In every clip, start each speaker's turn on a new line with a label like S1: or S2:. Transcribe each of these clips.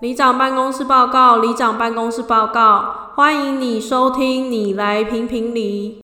S1: 里长办公室报告，里长办公室报告，欢迎你收听，你来评评理。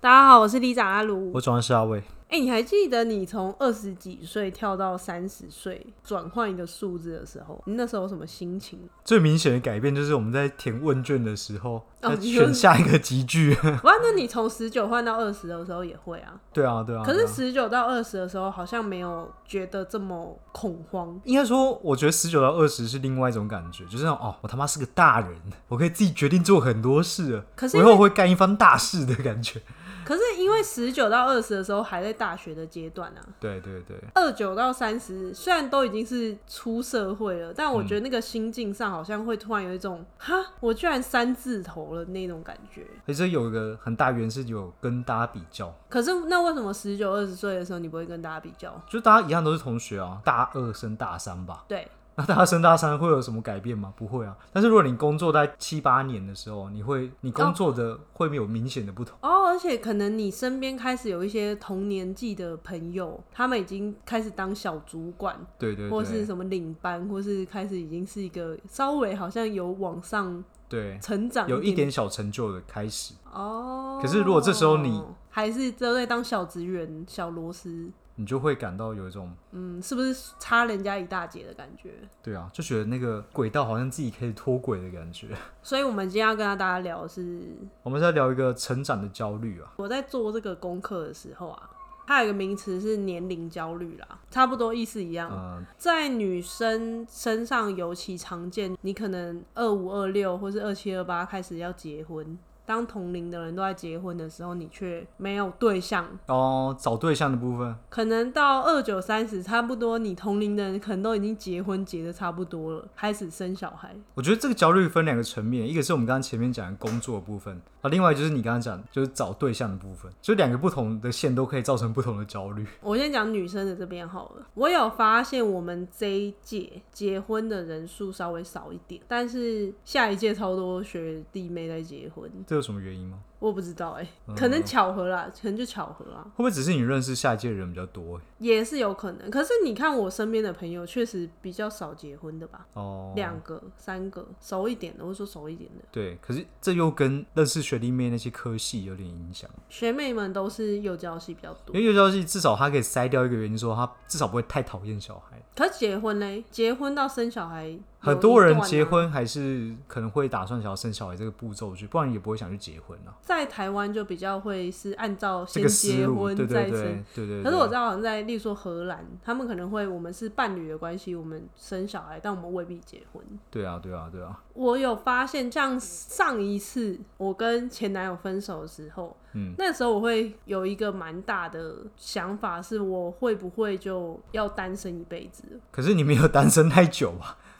S1: 大家好，我是里长阿卢
S2: 我。转的是阿伟，
S1: 哎、你还记得你从二十几岁跳到三十岁，转换一个数字的时候，你那时候有什么心情？
S2: 最明显的改变就是我们在填问卷的时候，
S1: 哦
S2: 要
S1: 你说
S2: 选下一个集句。
S1: 哇，那你从十九换到二十的时候也会啊？
S2: 对啊，对啊。
S1: 可
S2: 对
S1: 是
S2: 啊
S1: 十九到二十的时候，好像没有觉得这么恐慌。
S2: 应该说，我觉得十九到二十是另外一种感觉，就是那种哦，我他妈是个大人，我可以自己决定做很多事了，
S1: 可是
S2: 我
S1: 因
S2: 以
S1: 为
S2: 后会干一番大事的感觉。
S1: 可是因为十九到二十的时候还在大学的阶段啊，
S2: 对对对，
S1: 二九到三十虽然都已经是出社会了，但我觉得那个心境上好像会突然有一种哈，我居然三字头了那种感觉。
S2: 而且有一个很大原因是有跟大家比较，
S1: 可是那为什么十九二十岁的时候你不会跟大家比较？
S2: 就是大家一样都是同学啊，大二升大三吧。
S1: 对，
S2: 那大家升大三会有什么改变吗？不会啊。但是如果你工作在七八年的时候，你会你工作的会有明显的不同。
S1: 哦，而且可能你身边开始有一些同年纪的朋友，他们已经开始当小主管，
S2: 对对对，
S1: 或是什么领班，或是开始已经是一个稍微好像有往上
S2: 对，
S1: 成长，
S2: 有一点小成就的开始，
S1: 哦。
S2: 可是如果这时候你
S1: 还是都在当小职员、小螺丝，
S2: 你就会感到有一种，
S1: 嗯，是不是差人家一大截的感觉？
S2: 对啊，就觉得那个轨道好像自己可以脱轨的感觉。
S1: 所以，我们今天要跟大家聊的是，
S2: 我们在聊一个成长的焦虑啊，
S1: 我在做这个功课的时候啊，它有一个名词是年龄焦虑啦，差不多意思一样。
S2: 嗯、
S1: 在女生身上尤其常见，你可能二五二六或是二七二八开始要结婚，当同龄的人都在结婚的时候，你却没有对象。
S2: 哦，找对象的部分，
S1: 可能到二九三十，差不多你同龄的人可能都已经结婚，结的差不多了，开始生小孩。
S2: 我觉得这个焦虑分两个层面，一个是我们刚刚前面讲的工作的部分，啊，另外就是你刚刚讲的就是找对象的部分，就两个不同的线都可以造成不同的焦虑。
S1: 我先讲女生的这边好了。我有发现我们这一届结婚的人数稍微少一点，但是下一届超多学弟妹在结婚，
S2: 这有什么原因吗？
S1: 我不知道哎、
S2: 嗯
S1: 可能巧合啦，可能就巧合啦。
S2: 会不会只是你认识下一届人比较多、欸
S1: 也是有可能。可是你看我身边的朋友，确实比较少结婚的吧，
S2: 哦，
S1: 两、个、三个，熟一点的，我说熟一点的
S2: 对，可是这又跟认识学弟妹那些科系有点影响。
S1: 学妹们都是幼教系比较多
S2: 因。为幼教系至少他可以筛掉一个原因，说他至少不会太讨厌小孩。
S1: 可是结婚嘞，结婚到生小孩有一段啊，
S2: 很多人结婚还是可能会打算想要生小孩这个步骤去，不然也不会想去结婚啊。
S1: 在台湾就比较会是按照
S2: 这
S1: 先
S2: 个思
S1: 结
S2: 路，
S1: 婚
S2: 对对
S1: 再
S2: 对
S1: 生。
S2: 对对对。
S1: 可是我知道，好像在例如说荷兰，他们可能会我们是伴侣的关系，我们生小孩，但我们未必结婚。
S2: 对啊对啊对啊，
S1: 我有发现，像上一次我跟前男友分手的时候，
S2: 嗯，
S1: 那时候我会有一个蛮大的想法，是我会不会就要单身一辈子？
S2: 可是你没有单身太久吧？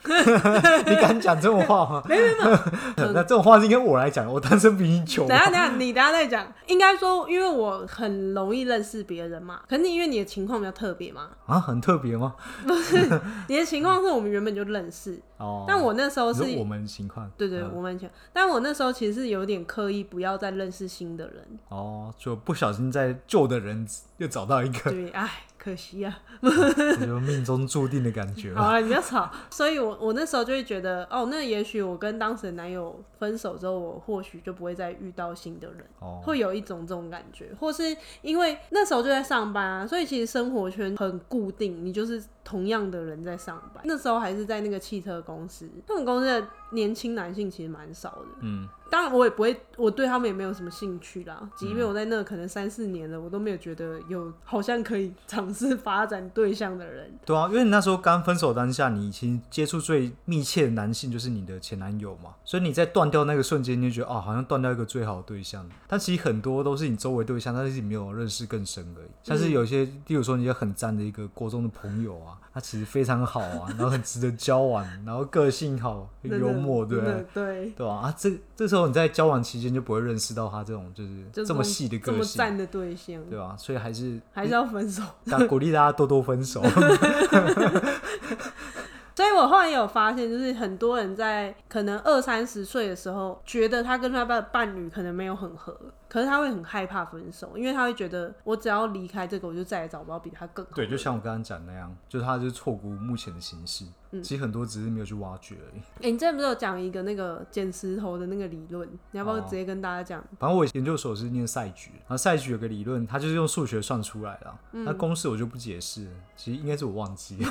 S2: 你敢讲这种话吗？没没没， 那这种话是应该我来讲，我单身比你 久
S1: 等一。下，等一下，你等一下再讲。应该说，因为我很容易认识别人嘛，可是因为你的情况比较特别嘛，
S2: 啊，很特别吗？
S1: 你的情况是我们原本就认识，
S2: 哦，
S1: 但我那时候
S2: 你
S1: 是
S2: 说。我们情况，
S1: 对对，
S2: 嗯
S1: 我完全。但我那时候其实是有点刻意不要再认识新 的人，
S2: 哦，就不小心在旧的人又找到一 个，
S1: 对，哎，可惜啊。
S2: 我就命中注定的感 觉吧。
S1: 好了，啊你不要吵。所以我我那时候就会觉得，哦，那也许我跟当时的男友分手之后，我或许就不会再遇到新的人。
S2: 哦，
S1: 会有一种这种感觉，或是因为那时候就在上班啊，所以其实生活圈很固定，你就是同样的人在上班。那时候还是在那个汽车公司，那种公司的年轻男性其实蛮少的。
S2: 嗯。
S1: 当然，我也不会，我对他们也没有什么兴趣啦。即便我在那可能三四年了，我都没有觉得有好像可以尝试发展对象的人。
S2: 对啊，因为你那时候刚分手当下，你其实接触最密切的男性就是你的前男友嘛，所以你在断掉那个瞬间，你就觉得哦，好像断掉一个最好的对象。但其实很多都是你周围对象，但是你没有认识更深而已。
S1: 嗯
S2: 像是有一些，例如说你有很赞的一个国中的朋友啊，他其实非常好啊，然后很值得交往，然后个性好，
S1: 真的
S2: 幽默，对不
S1: 真的
S2: 对？
S1: 对，
S2: 对啊，啊，这这时候你在交往期间就不会认识到他这种就是
S1: 就
S2: 这么细的
S1: 这
S2: 个
S1: 么
S2: 性，
S1: 赞的对象，
S2: 对吧、所以还是
S1: 还是要分手。
S2: 大鼓励大家多多分 手。
S1: 所以我后来也有发现，就是很多人在可能二三十岁的时候，觉得他跟他的伴侣可能没有很合，可是他会很害怕分手，因为他会觉得我只要离开这个，我就再也找不到比他更好的
S2: 对，
S1: 人。
S2: 就像我刚刚讲那样，就是他就是错估目前的形势，其实很多只是没有去挖掘而已。
S1: 哎、你之前不是有讲一个那个捡石头的那个理论？你要不要
S2: 哦
S1: 直接跟大家讲？
S2: 反正我研究所是念赛局，然后赛局有个理论，它就是用数学算出来的啊、那公式我就不解释，其实应该是我忘记。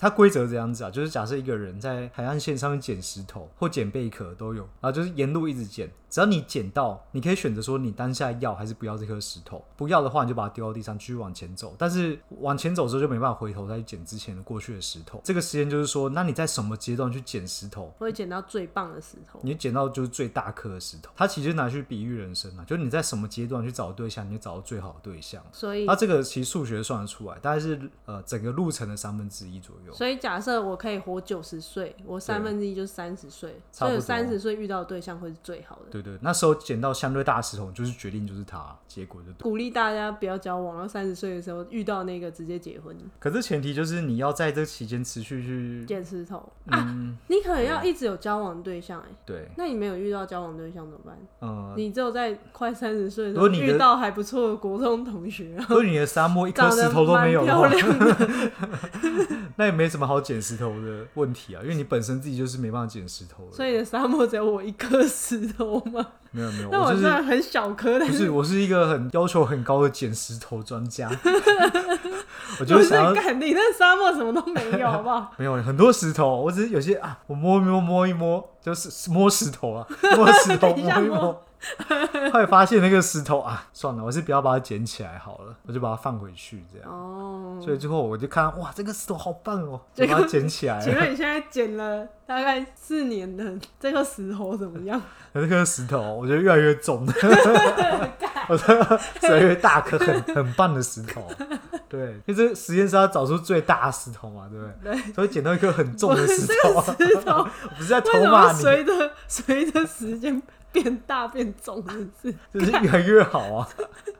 S2: 它规则这样子啊，就是假设一个人在海岸线上面捡石头或捡贝壳都有，然后就是沿路一直捡，只要你捡到，你可以选择说你当下要还是不要这颗石头，不要的话你就把它丢到地上继续往前走，但是往前走之后就没办法回头再去捡之前的过去的石头。这个实验就是说，那你在什么阶段去捡石头，
S1: 我会捡到最棒的石头。
S2: 你捡到就是最大颗的石头，它其实拿去比喻人生嘛，就是你在什么阶段去找对象，你就找到最好的对象。
S1: 所以
S2: 它这个其实数学算得出来，大概是呃整个路程的三分之一左右。
S1: 所以假设我可以活九十岁，我三分之一就是三十岁，
S2: 差
S1: 所
S2: 不
S1: 以
S2: 多
S1: 三十岁遇到的对象会是最好的。
S2: 对对，那时候捡到相对大的石头，你就是决定就是它，结果就对。
S1: 鼓励大家不要交往，到三十岁的时候遇到那个直接结婚，
S2: 可是前提就是你要在这期间持续去，
S1: 捡石头。啊
S2: 嗯，
S1: 你可能要一直有交往对象哎、
S2: 对，
S1: 那你没有遇到交往对象怎么办？
S2: 呃，
S1: 你只有在快三十岁的时
S2: 如果
S1: 候
S2: 你的
S1: 遇到还不错的国中同学啊，
S2: 如果你的沙漠一颗
S1: 长
S2: 石
S1: 得
S2: 头都
S1: 蛮
S2: 没有的
S1: 漂
S2: 话，
S1: 亮的，
S2: 那也没什么好捡石头的问题啊，因为你本身自己就是没办法捡石头的。
S1: 所以你的沙漠只有我一颗石头吗？
S2: 没有没有，
S1: 那
S2: 我
S1: 我
S2: 哦就
S1: 虽
S2: 是
S1: 然很小颗，但
S2: 不是，我是一个很要求很高的捡石头专家， 我就
S1: 不
S2: 是
S1: 是
S2: 想要
S1: 肯定，那沙漠什么都没有，好不好？
S2: 没有很多石头，我只是有些啊，我摸一摸摸一摸，就是摸石头啊，摸石头
S1: 等一下
S2: 摸一摸，后来发现那个石头啊，算了，我还是不要把它捡起来好了，我就把它放回去这样。
S1: 哦，
S2: 所以最后我就看哇，这个石头好棒哦，
S1: 结
S2: 就
S1: 果
S2: 把它捡起来
S1: 请
S2: 了。
S1: 问你现在捡了大概四年的这个石头怎么 样？
S2: 那个石头我觉得越来越 重了，我的越来越大颗，很很棒的石 头。对，因为这个实验是要找出最大的石头嘛，对不对？
S1: 对，
S2: 所以捡到一颗很重的石头 啊，
S1: 石 头
S2: 我不是在
S1: 为
S2: 偷
S1: 什
S2: 骂
S1: 么
S2: 你，
S1: 随着随着时间变大变重？是不是？
S2: 就是越来越好啊，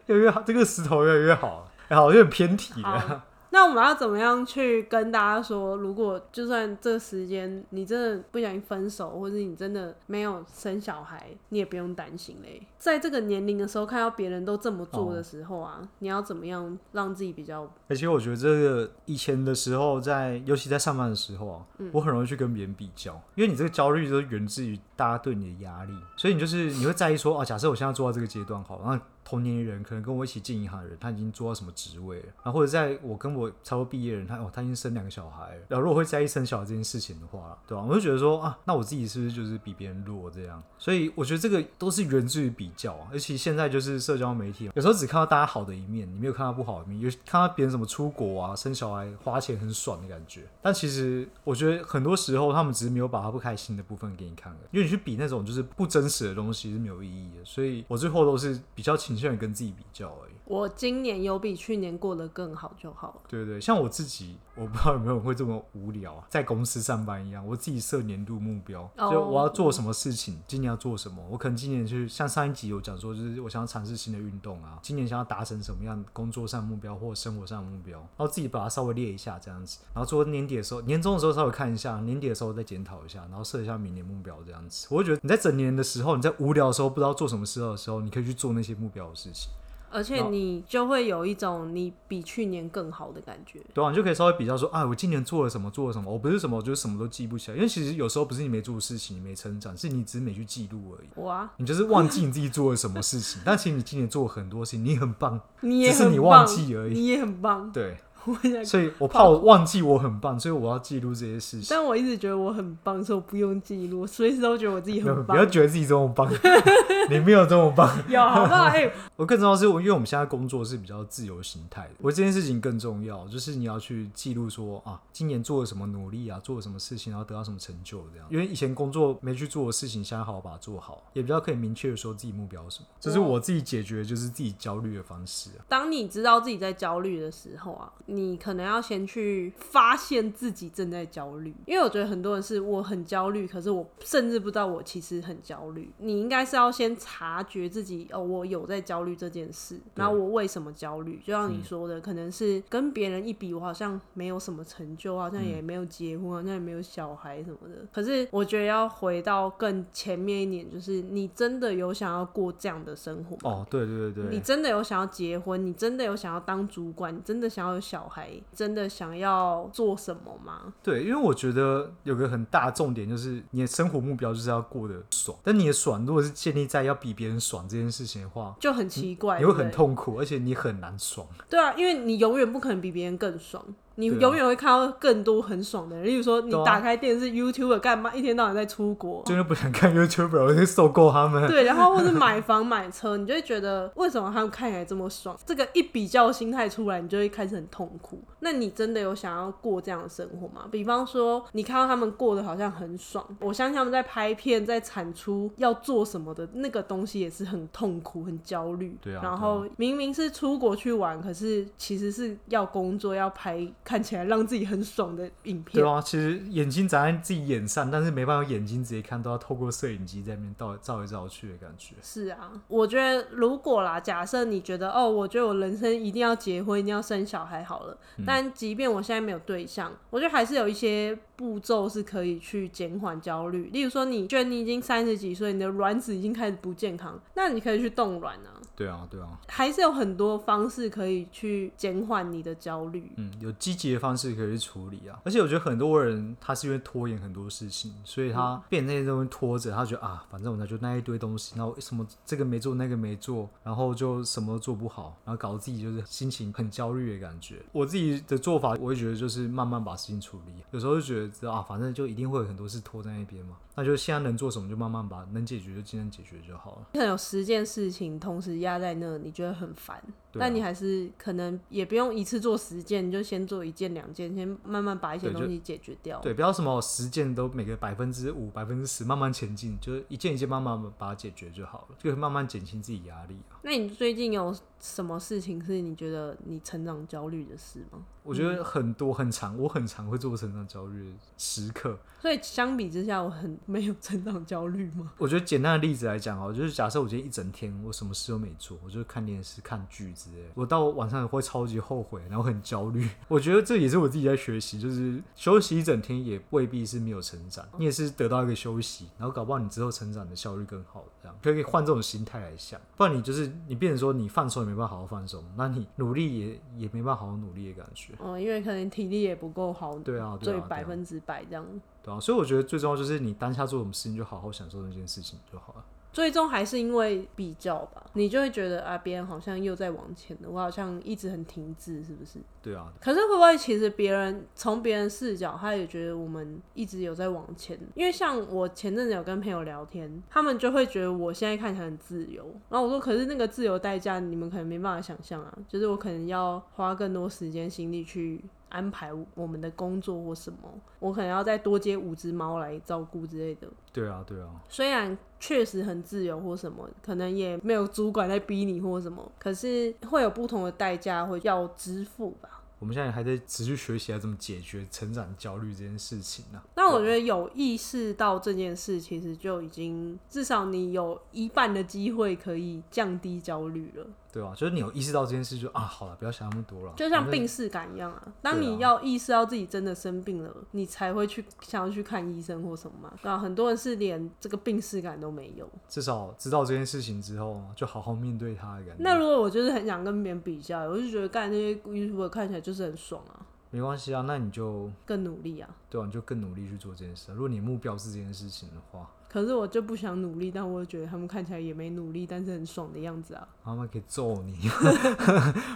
S2: 越来越好，这个石头越来越好、啊。哎，好像有点偏题了
S1: 好。那我们要怎么样去跟大家说？如果就算这时间你真的不小心分手，或者你真的没有生小孩，你也不用担心嘞。在这个年龄的时候，看到别人都这么做的时候啊，
S2: 哦
S1: 你要怎么样让自己比较
S2: 而且我觉得这个以前的时候在，尤其在上班的时候啊，我很容易去跟别人比较，因为你这个焦虑都源自于大家对你的压力，所以你就是你会在意说啊，假设我现在做到这个阶段好，那同年龄人可能跟我一起进银行的人，他已经做到什么职位了，然后或者在我跟我差不多毕业的人，他哦他已经生两个小孩了，然后如果会在意生小孩这件事情的话，对吧、我就觉得说啊，那我自己是不是就是比别人弱这样？所以我觉得这个都是源自于比较啊，而且现在就是社交媒体，啊有时候只看到大家好的一面，你没有看到不好的一面，有看到别人什么出国啊、生小孩、花钱很爽的感觉。但其实我觉得很多时候他们只是没有把他不开心的部分给你看了，因为你去比那种就是不真实的东西是没有意义的。所以我最后都是比较倾向于跟自己比较而已。
S1: 我今年有比去年过得更好就好了。
S2: 对对，像我自己，我不知道有没有人会这么无聊啊，在公司上班一样，我自己设年度目标，
S1: 哦
S2: 就我要做什么事情，今年要做什么。我可能今年去，像上一集有讲说，就是我想要尝试新的运动啊，今年想要达成什么样工作上目标或生活上的目标，然后自己把它稍微列一下这样子，然后做年底的时候，年终的时候稍微看一下，年底的时候再检讨一下，然后设一下明年目标这样子。我会觉得你在整年的时候，你在无聊的时候不知道做什么事的时候，你可以去做那些目标的事情。
S1: 而且
S2: 哦
S1: 你就会有一种你比去年更好的感觉。
S2: 对啊，你就可以稍微比较说，啊，我今年做了什么，做了什么，我不是什么，我就是什么都记不起来。因为其实有时候不是你没做事情，你没成长，是你只是没去记录而已。
S1: 我啊，
S2: 你就是忘记你自己做了什么事情， 但其实你今年做了很多事情，你很棒。
S1: 你也
S2: 只是
S1: 很
S2: 你
S1: 棒，
S2: 忘记而已
S1: 你也很棒。
S2: 对，
S1: 我想，
S2: 所以我怕我忘记我很棒，所以我要记录这些事情。
S1: 但我一直觉得我很棒，所以我不用记录，我随时都觉得我自己
S2: 没有
S1: 很
S2: 不
S1: 棒。
S2: 要觉得自己这么棒， 你没有这么棒。
S1: 有好不好？哎、
S2: 我更重要的是，我因为我们现在工作是比较自由形态的，我觉得这件事情更重要，就是你要去记录说啊，今年做了什么努力啊，做了什么事情，然后得到什么成就这样。因为以前工作没去做的事情，现在好好把它做好，也比较可以明确的说自己目标是什么。这是我自己解决就是自己焦虑的方式啊。
S1: 当你知道自己在焦虑的时候啊，你可能要先去发现自己正在焦虑，因为我觉得很多人是我很焦虑，可是我甚至不知道我其实很焦虑。你应该是要先察觉自己哦，我有在焦虑这件事，然后我为什么焦虑？就像你说的，可能是跟别人一比，我好像没有什么成就，好像也没有结婚，好像也没有小孩什么的。可是我觉得要回到更前面一点，就是你真的有想要过这样的生活吗？
S2: 哦，对对对
S1: 你
S2: 对，
S1: 真的有想要结婚，你真的有想要当主管，你真的想要有小孩，真的想要做什么吗？
S2: 对，因为我觉得有个很大的重点就是你的生活目标就是要过得爽，但你的爽如果是建立在要比别人爽这件事情的话，
S1: 就很奇怪，
S2: 你会
S1: 对不
S2: 嗯很
S1: 对
S2: 痛苦，而且你很难爽。
S1: 对啊，因为你永远不可能比别人更爽，你
S2: 对啊
S1: 永远会看到更多很爽的人。例如说，你
S2: 对啊
S1: 打开电视 YouTube 干嘛，一天到晚在出国，
S2: 真的不想看 YouTuber，我就受够他们。
S1: 对，然后或者买房买车，你就会觉得为什么他们看起来这么爽？这个一比较心态出来，你就会开始很痛苦。那你真的有想要过这样的生活吗？比方说，你看到他们过得好像很爽，我相信他们在拍片、在产出要做什么的那个东西也是很痛苦、很焦虑。
S2: 对啊
S1: 然后明明是出国去玩，可是其实是要工作、要拍看起来让自己很爽的影片
S2: 对。啊，其实眼睛长在自己眼上，但是没办法，眼睛直接看，都要透过摄影机在那边照照来照去的感觉。
S1: 是啊，我觉得如果啦，假设你觉得哦，我觉得我人生一定要结婚，一定要生小孩好了。
S2: 嗯
S1: 但即便我现在没有对象，我觉得还是有一些步骤是可以去减缓焦虑。例如说，你觉得你已经三十几岁，你的卵子已经开始不健康，那你可以去冻卵啊，
S2: 对啊，对啊，
S1: 还是有很多方式可以去减缓你的焦虑。
S2: 嗯，有积极的方式可以去处理啊。而且我觉得很多人他是因为拖延很多事情，所以他变那些东西拖着，他觉得啊，反正我就那一堆东西，然后什么这个没做，那个没做，然后就什么都做不好，然后搞得自己就是心情很焦虑的感觉。我自己的做法，我会觉得就是慢慢把事情处理。有时候就觉得知道啊，反正就一定会有很多事拖在那边嘛，那就现在能做什么就慢慢把能解决就尽量解决就好了。
S1: 可能有十件事情同时压在那，你觉得很烦，
S2: 对啊
S1: 但你还是可能也不用一次做十件，你就先做一件两件，先慢慢把一些
S2: 对就
S1: 东西解决掉。
S2: 对，不要什么实践都每个百分之五、百分之十慢慢前进，就是一件一件慢慢把它解决就好了，就会慢慢减轻自己压力啊。
S1: 那你最近有什么事情是你觉得你成长焦虑的事吗？
S2: 我觉得很多很长，我很常会做成长焦虑的时刻。
S1: 所以相比之下，我很没有成长焦虑 吗？
S2: 我觉得简单的例子来讲哦，就是假设我今天一整天我什么事都没做，我就看电视、看剧之类的，我到晚上会超级后悔，然后很焦虑。 我觉得这也是我自己在学习，就是休息一整天也未必是没有成长，你也是得到一个休息，然后搞不好你之后成长的效率更好，这样可以换这种心态来想，不然你就是你变成说你放松也没办法好好放松，那你努力也也没办法好好努力的感觉。
S1: 哦，因为可能体力也不够好，
S2: 对啊，对
S1: 最
S2: 啊，对
S1: 百
S2: 啊，
S1: 分之百这样。
S2: 对啊，所以我觉得最重要就是你当下做什么事情就好好享受那件事情就好了。
S1: 最终还是因为比较吧，你就会觉得啊，别人好像又在往前了，我好像一直很停滞，是不是？
S2: 对啊，
S1: 可是会不会其实别人从别人视角，他也觉得我们一直有在往前？因为像我前阵子有跟朋友聊天，他们就会觉得我现在看起来很自由，然后我说，可是那个自由代价你们可能没办法想象啊，就是我可能要花更多时间心力去。安排我们的工作或什么，我可能要再多接五只猫来照顾之类的。
S2: 对啊，对啊。
S1: 虽然确实很自由或什么，可能也没有主管在逼你或什么，可是会有不同的代价会要支付吧。
S2: 我们现在还在持续学习，要怎么解决成长焦虑这件事情啊呢、
S1: 但我觉得有意识到这件事，其实就已经至少你有一半的机会可以降低焦虑了，
S2: 对吧、就是你有意识到这件事就，啊，好了，不要想那么多了。
S1: 就像
S2: 反正
S1: 病逝感一样啊。当
S2: 对啊
S1: 你要意识到自己真的生病了，你才会去想要去看医生或什么嘛。对啊，很多人是连这个病逝感都没有。
S2: 至少知道这件事情之后，就好好面对它的感觉。
S1: 那如果我就是很想跟别人比较，我就觉得干那些 YouTube 看起来就是很爽啊，
S2: 没关系啊，那你就
S1: 更努力啊。
S2: 对啊，你就更努力去做这件事啊、如果你的目标是这件事情的话，
S1: 可是我就不想努力，但我又觉得他们看起来也没努力，但是很爽的样子啊。
S2: 妈妈可以揍你，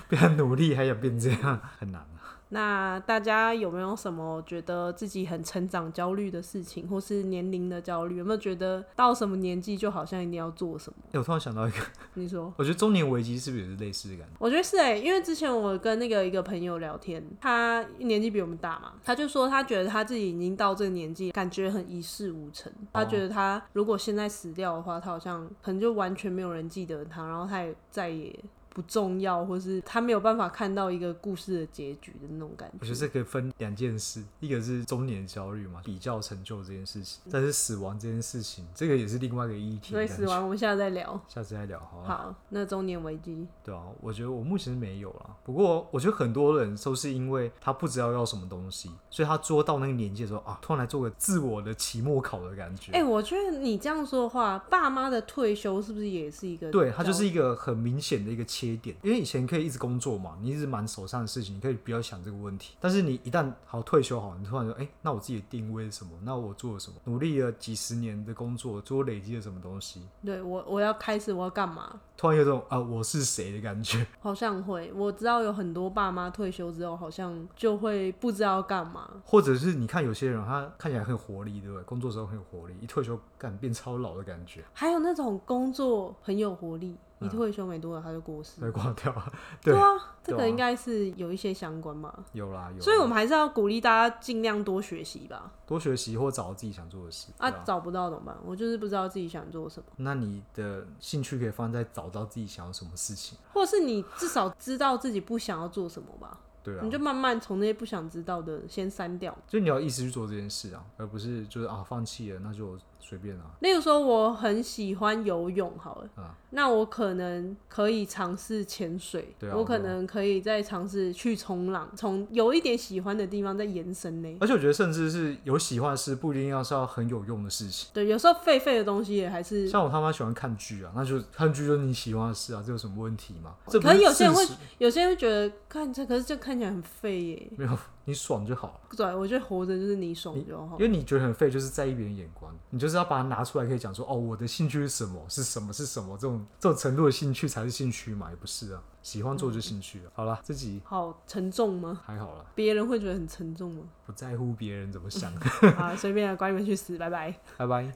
S2: 不要努力还想变这样，很难啊。
S1: 那大家有没有什么觉得自己很成长焦虑的事情，或是年龄的焦虑？有没有觉得到什么年纪就好像一定要做什么？
S2: 哎、我突然想到一个，
S1: 你说？
S2: 我觉得中年危机是不是也是类似的感觉？
S1: 我觉得是哎、因为之前我跟那个一个朋友聊天，他年纪比我们大嘛，他就说他觉得他自己已经到这个年纪，感觉很一事无成。他觉得他如果现在死掉的话，他好像可能就完全没有人记得他，然后他也再也不重要，或是他没有办法看到一个故事的结局的那种感
S2: 我觉得
S1: 觉。
S2: 这可以分两件事，一个是中年焦虑嘛，比较成就这件事情，但是死亡这件事情，这个也是另外一个议题。
S1: 所以
S2: 感
S1: 死
S2: 觉
S1: 亡，我们下次再聊。
S2: 下次再聊好了。
S1: 好，那中年危机，
S2: 对啊，我觉得我目前是没有啦。不过我觉得很多人都是因为他不知道要什么东西，所以他捉到那个年纪的时候啊，突然来做个自我的期末考的感觉。
S1: 哎、我觉得你这样说的话，爸妈的退休是不是也是一个？
S2: 对，它就是一个很明显的一个切点，因为以前可以一直工作嘛，你一直忙手上的事情，你可以不要想这个问题。但是你一旦好退休好，你突然说，哎、那我自己的定位是什么？那我做了什么？努力了几十年的工作，最后累积了什么东西？
S1: 对我，我要开始我要干嘛？
S2: 突然有种啊，我是谁的感觉。
S1: 好像会，我知道有很多爸妈退休之后，好像就会不知道干嘛。
S2: 或者是你看有些人，他看起来很有活力，对不对？工作时候很有活力，一退休干变超老的感觉，
S1: 还有那种工作很有活力，
S2: 嗯
S1: 一退休没多久他就过世。
S2: 再挂掉。 对
S1: 对，啊，这
S2: 对
S1: 个
S2: 啊
S1: 应该是有一些相关吧。
S2: 有啦有啦。啊
S1: 所以我们还是要鼓励大家尽量多学习吧。
S2: 多学习或找自己想做的事
S1: 啊
S2: 对，
S1: 找不到怎么办？我就是不知道自己想做什么，
S2: 那你的兴趣可以放在找到自己想要什么事情。
S1: 或是你至少知道自己不想要做什么吧。
S2: 对啊，
S1: 你就慢慢从那些不想知道的先删掉。
S2: 就你要有意识去做这件事啊，而不是就是啊放弃了那就随便啊。
S1: 例如说，我很喜欢游泳，好了，
S2: 啊
S1: 那我可能可以尝试潜水，
S2: 对啊
S1: 我可能可以再尝试去冲浪，从有一点喜欢的地方再延伸呢。
S2: 而且我觉得甚至是有喜欢的事，不一定要是要很有用的事情。
S1: 对，有时候废废的东西也还是，
S2: 像我他妈喜欢看剧啊，那就看剧就是你喜欢的事啊，这有什么问题吗？这不
S1: 哦可能有些人
S2: 事
S1: 会
S2: 实，
S1: 有些人会觉得看这，可是这看起来很废耶。
S2: 没有你爽就好了。
S1: 对，我觉得活着就是你爽就好
S2: 因。为你觉得很废，就是在意别人眼光，你就是要把它拿出来，可以讲说哦，我的兴趣是什么，是什么，是什么，这种这种程度的兴趣才是兴趣嘛，也不是啊，喜欢做就兴趣啊
S1: 嗯
S2: 了。好了，这集
S1: 好沉重吗？
S2: 还好了，
S1: 别人会觉得很沉重吗？
S2: 不在乎别人怎么 想，
S1: 啊，随便啊，管你们去死，拜拜。
S2: 拜拜。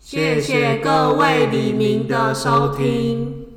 S1: 谢谢各位黎明的收听。